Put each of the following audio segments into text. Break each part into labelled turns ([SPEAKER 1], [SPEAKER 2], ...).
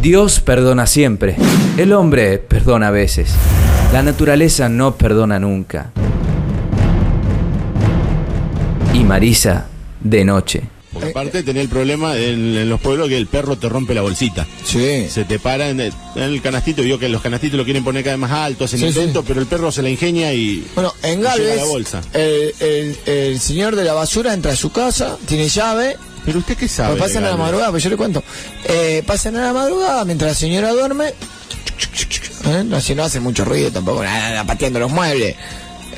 [SPEAKER 1] Dios perdona siempre. El hombre perdona a veces. La naturaleza no perdona nunca. Y Marisa, de noche.
[SPEAKER 2] Eh,
[SPEAKER 3] Porque aparte tenía el problema en, en los pueblos que el perro te rompe la bolsita.
[SPEAKER 2] Sí.
[SPEAKER 3] Se te para en el, en el canastito, vio que los canastitos lo quieren poner cada vez más alto, hacen
[SPEAKER 2] Sí,
[SPEAKER 3] intento,
[SPEAKER 2] sí.
[SPEAKER 3] pero el perro se la ingenia y...
[SPEAKER 2] Bueno, en
[SPEAKER 3] y lleva
[SPEAKER 2] Galvez,
[SPEAKER 3] la bolsa.
[SPEAKER 2] El, el- el señor de la basura entra a su casa, tiene llave,
[SPEAKER 3] Pero usted qué sabe.
[SPEAKER 2] pues pasan
[SPEAKER 3] de
[SPEAKER 2] a la
[SPEAKER 3] Galvez?
[SPEAKER 2] madrugada, pues yo le cuento. Eh, pasan a la madrugada mientras la señora duerme. ¿eh? No, Así no hace mucho ruido tampoco, nada, nada, pateando los muebles.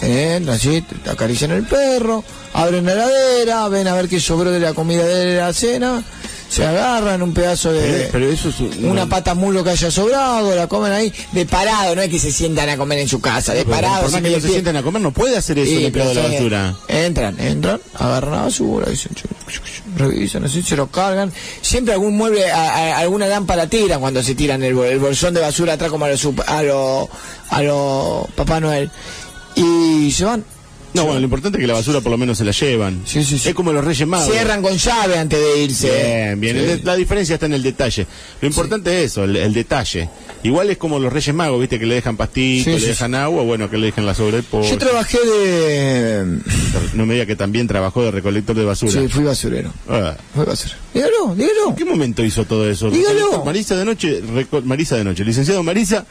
[SPEAKER 2] ¿eh? Así te acarician el perro, abren la heladera, ven a ver qué sobró de la comida de la cena, se agarran un pedazo de.
[SPEAKER 3] Pero- ¿eh? pero eso es un-
[SPEAKER 2] Eh, Una
[SPEAKER 3] no-
[SPEAKER 2] pata mulo que haya sobrado, la comen ahí, de parado, no es que se sientan a comer en su casa, de
[SPEAKER 3] Pero
[SPEAKER 2] parado.
[SPEAKER 3] Por más
[SPEAKER 2] sin
[SPEAKER 3] que no se
[SPEAKER 2] pie.
[SPEAKER 3] sientan a comer, no puede hacer eso
[SPEAKER 2] Sí,
[SPEAKER 3] el empleado de
[SPEAKER 2] pero
[SPEAKER 3] la
[SPEAKER 2] sí,
[SPEAKER 3] basura.
[SPEAKER 2] Entran, entran, agarran la basura, dicen, chu, chu, chu, revisan, así se lo cargan. Siempre algún mueble, a- a- alguna lámpara tiran cuando se tiran el, bol- el bolsón de basura atrás como a los sup- a lo, a lo Papá Noel. Y se van.
[SPEAKER 3] No, bueno, lo importante es que la basura por lo menos se la llevan.
[SPEAKER 2] Sí, sí, sí.
[SPEAKER 3] Es como los Reyes Magos.
[SPEAKER 2] Cierran con llave antes de irse.
[SPEAKER 3] Bien, bien.
[SPEAKER 2] Sí.
[SPEAKER 3] El de- La diferencia está en el detalle. Lo importante es eso, el, el detalle. Igual es como los Reyes Magos, viste, que le dejan pastito,
[SPEAKER 2] Sí,
[SPEAKER 3] le
[SPEAKER 2] sí,
[SPEAKER 3] dejan agua, bueno, que le dejan la sobre
[SPEAKER 2] Yo trabajé de...
[SPEAKER 3] No me diga que también trabajó de recolector de basura.
[SPEAKER 2] Sí, fui basurero.
[SPEAKER 3] Ah,
[SPEAKER 2] Fui basurero. Dígalo, dígalo.
[SPEAKER 3] ¿En qué momento hizo todo eso?
[SPEAKER 2] Dígalo.
[SPEAKER 3] Recolector- Marisa de noche, reco- Marisa de noche, licenciado Marisa,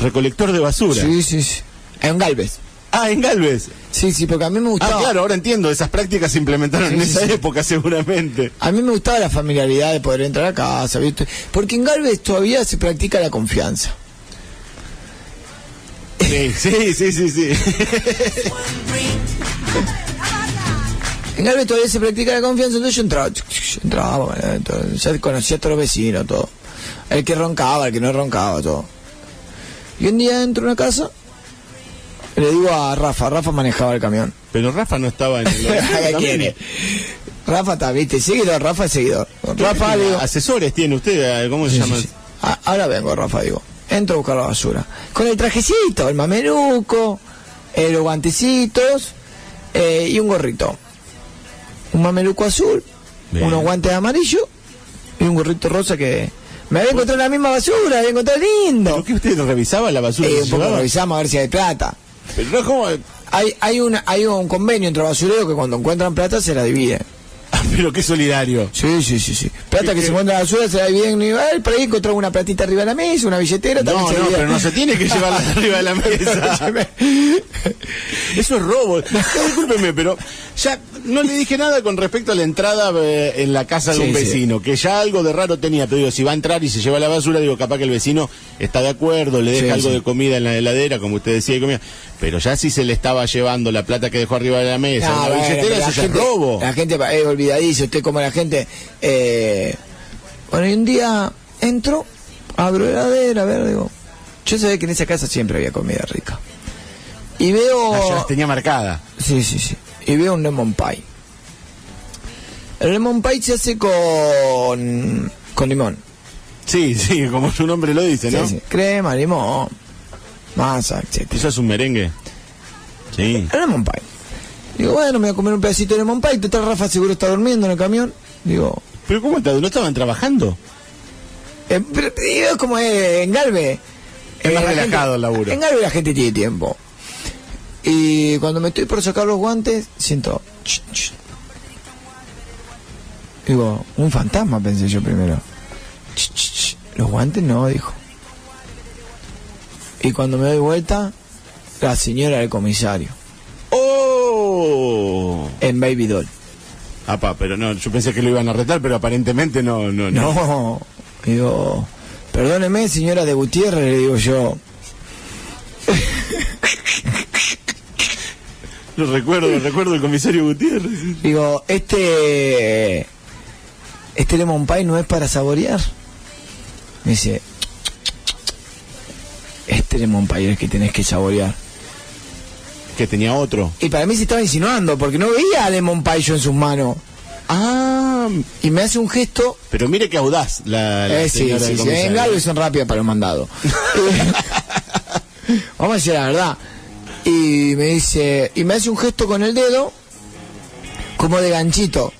[SPEAKER 3] recolector de basura.
[SPEAKER 2] Sí, sí, sí. En Galvez.
[SPEAKER 3] Ah, en Galvez.
[SPEAKER 2] Sí, sí, porque a mí me
[SPEAKER 3] Ah,
[SPEAKER 2] gustaba...
[SPEAKER 3] claro, ahora entiendo, esas prácticas se implementaron
[SPEAKER 2] Sí,
[SPEAKER 3] en
[SPEAKER 2] sí,
[SPEAKER 3] esa
[SPEAKER 2] sí.
[SPEAKER 3] época seguramente.
[SPEAKER 2] A mí me gustaba la familiaridad de poder entrar a casa, ¿viste? Porque en Galvez todavía se practica la confianza.
[SPEAKER 3] Sí, sí, sí, sí, sí.
[SPEAKER 2] En Galvez todavía se practica la confianza, entonces yo entraba, entraba, bueno, entonces, ya conocía a todos los vecinos, todo. El que roncaba, el que no roncaba, todo. Y un día entro a una casa, le digo a Rafa, Rafa manejaba el camión.
[SPEAKER 3] Pero Rafa no estaba en el
[SPEAKER 2] ¿Qué quiere? Rafa está, viste, seguidor, Rafa es seguidor. Rafa, le digo,
[SPEAKER 3] Asesores tiene usted, ¿cómo se
[SPEAKER 2] Sí,
[SPEAKER 3] llama?
[SPEAKER 2] sí, sí. Ah, Ahora vengo, Rafa, digo. Entro a buscar la basura. Con el trajecito, el mameluco, eh, los guantecitos eh, y un gorrito. Un mameluco azul,
[SPEAKER 3] Bien.
[SPEAKER 2] unos guantes amarillos y un gorrito rosa que... Me había encontrado la misma basura, había encontrado lindo.
[SPEAKER 3] ¿Pero qué usted revisaba la basura? que
[SPEAKER 2] Eh,
[SPEAKER 3] se
[SPEAKER 2] un poco
[SPEAKER 3] llevaba?
[SPEAKER 2] revisamos a ver si hay plata.
[SPEAKER 3] Pero no Ah, es como...
[SPEAKER 2] Hay, hay, una, hay un convenio entre basureros que cuando encuentran plata se la dividen.
[SPEAKER 3] Ah, Pero qué solidario.
[SPEAKER 2] Sí, sí, sí, sí. Plata
[SPEAKER 3] Sí,
[SPEAKER 2] que se
[SPEAKER 3] sí.
[SPEAKER 2] encuentra en la basura se la dividen en un nivel, por ahí encontró una platita arriba de la mesa, una billetera, también
[SPEAKER 3] No,
[SPEAKER 2] se
[SPEAKER 3] no,
[SPEAKER 2] divide.
[SPEAKER 3] pero no se tiene que llevarla de arriba de la mesa. Eso es robo. No, discúlpeme, pero ya no le dije nada con respecto a la entrada eh, en la casa de
[SPEAKER 2] Sí,
[SPEAKER 3] un
[SPEAKER 2] sí.
[SPEAKER 3] vecino, que ya algo de raro tenía. Pero digo, si va a entrar y se lleva la basura, digo, capaz que el vecino está de acuerdo, le deja
[SPEAKER 2] Sí,
[SPEAKER 3] algo
[SPEAKER 2] sí.
[SPEAKER 3] de comida en la heladera, como usted decía, y comida. Pero ya si se le estaba llevando la plata que dejó arriba de Ah, la mesa,
[SPEAKER 2] No,
[SPEAKER 3] una
[SPEAKER 2] bueno,
[SPEAKER 3] billetera,
[SPEAKER 2] pero
[SPEAKER 3] eso
[SPEAKER 2] la
[SPEAKER 3] ya es
[SPEAKER 2] gente-
[SPEAKER 3] robo.
[SPEAKER 2] La gente es olvidadiza, usted como la gente. eh, Bueno, y un día entro, abro la heladera, a ver, digo. Yo sabía que en esa casa siempre había comida rica. Y
[SPEAKER 3] Ah, ya
[SPEAKER 2] veo.
[SPEAKER 3] las tenía marcada.
[SPEAKER 2] Sí, sí, sí. Y veo un lemon pie. El lemon pie se hace con. con limón.
[SPEAKER 3] Sí, sí, como su nombre lo dice,
[SPEAKER 2] Sí,
[SPEAKER 3] ¿no?
[SPEAKER 2] sí. Crema, limón, masa, etc.
[SPEAKER 3] ¿Eso es un merengue? Sí.
[SPEAKER 2] El lemon pie. Digo, bueno, me voy a comer un pedacito de lemon pie. Total, Rafa seguro está durmiendo en el camión. Digo,
[SPEAKER 3] ¿Pero cómo está? ¿No estaban trabajando?
[SPEAKER 2] Eh, pero te digo, es como eh, en Galve. Eh,
[SPEAKER 3] Es más
[SPEAKER 2] la
[SPEAKER 3] relajado el laburo.
[SPEAKER 2] En Galve la gente tiene tiempo. Y cuando me estoy por sacar los guantes, siento. ch, ch. Digo, un fantasma, pensé yo primero. Ch, ch, ch. Los guantes no, dijo. Y cuando me doy vuelta, la señora del comisario,
[SPEAKER 3] ¡Oh!
[SPEAKER 2] en Baby Doll.
[SPEAKER 3] Apa, pero no, yo pensé que lo iban a retar, pero aparentemente no, no, no.
[SPEAKER 2] No, digo, perdóneme, señora de Gutiérrez, le digo yo.
[SPEAKER 3] Lo recuerdo, lo recuerdo el comisario Gutiérrez.
[SPEAKER 2] Digo, este. Este lemon pie no es para saborear. Me dice. Este lemon pie es el que tenés que saborear.
[SPEAKER 3] Que tenía otro.
[SPEAKER 2] Y para mí se estaba insinuando, porque no veía lemon pie yo en sus manos.
[SPEAKER 3] Ah,
[SPEAKER 2] Y me hace un gesto.
[SPEAKER 3] pero mire que audaz la, la
[SPEAKER 2] eh, sí,
[SPEAKER 3] señora
[SPEAKER 2] sí,
[SPEAKER 3] del
[SPEAKER 2] sí. En
[SPEAKER 3] comisario.
[SPEAKER 2] Galvez son rápidas para los mandados. Vamos a decir la verdad. Y me dice. Y me hace un gesto con el dedo. Como de ganchito.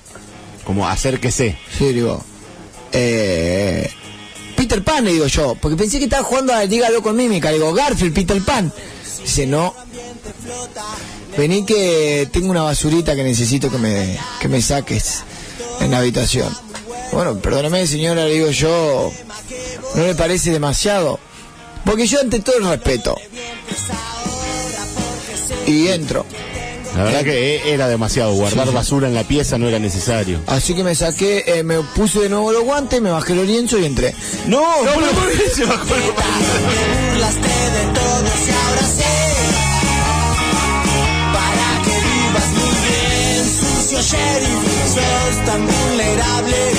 [SPEAKER 3] Como acérquese.
[SPEAKER 2] Sí, digo. eh, Peter Pan. Pan, le digo yo, porque pensé que estaba jugando a Dígalo con Mímica, le digo, Garfield, Peter Pan. Dice, no. Vení que tengo una basurita que necesito que me, que me saques en la habitación. Bueno, perdóname señora, le digo yo, ¿no le parece demasiado? Porque yo ante todo el respeto. Y entro.
[SPEAKER 3] La verdad que e- era demasiado. Guardar basura en la pieza no era necesario.
[SPEAKER 2] Así que me saqué, eh, me puse de nuevo los guantes, me bajé los lienzos y entré.
[SPEAKER 3] No, no, ¿por qué se bajó el
[SPEAKER 4] burlaste de todo y ahora sé para que vivas muy bien, sucio sheriff, sos tan vulnerable.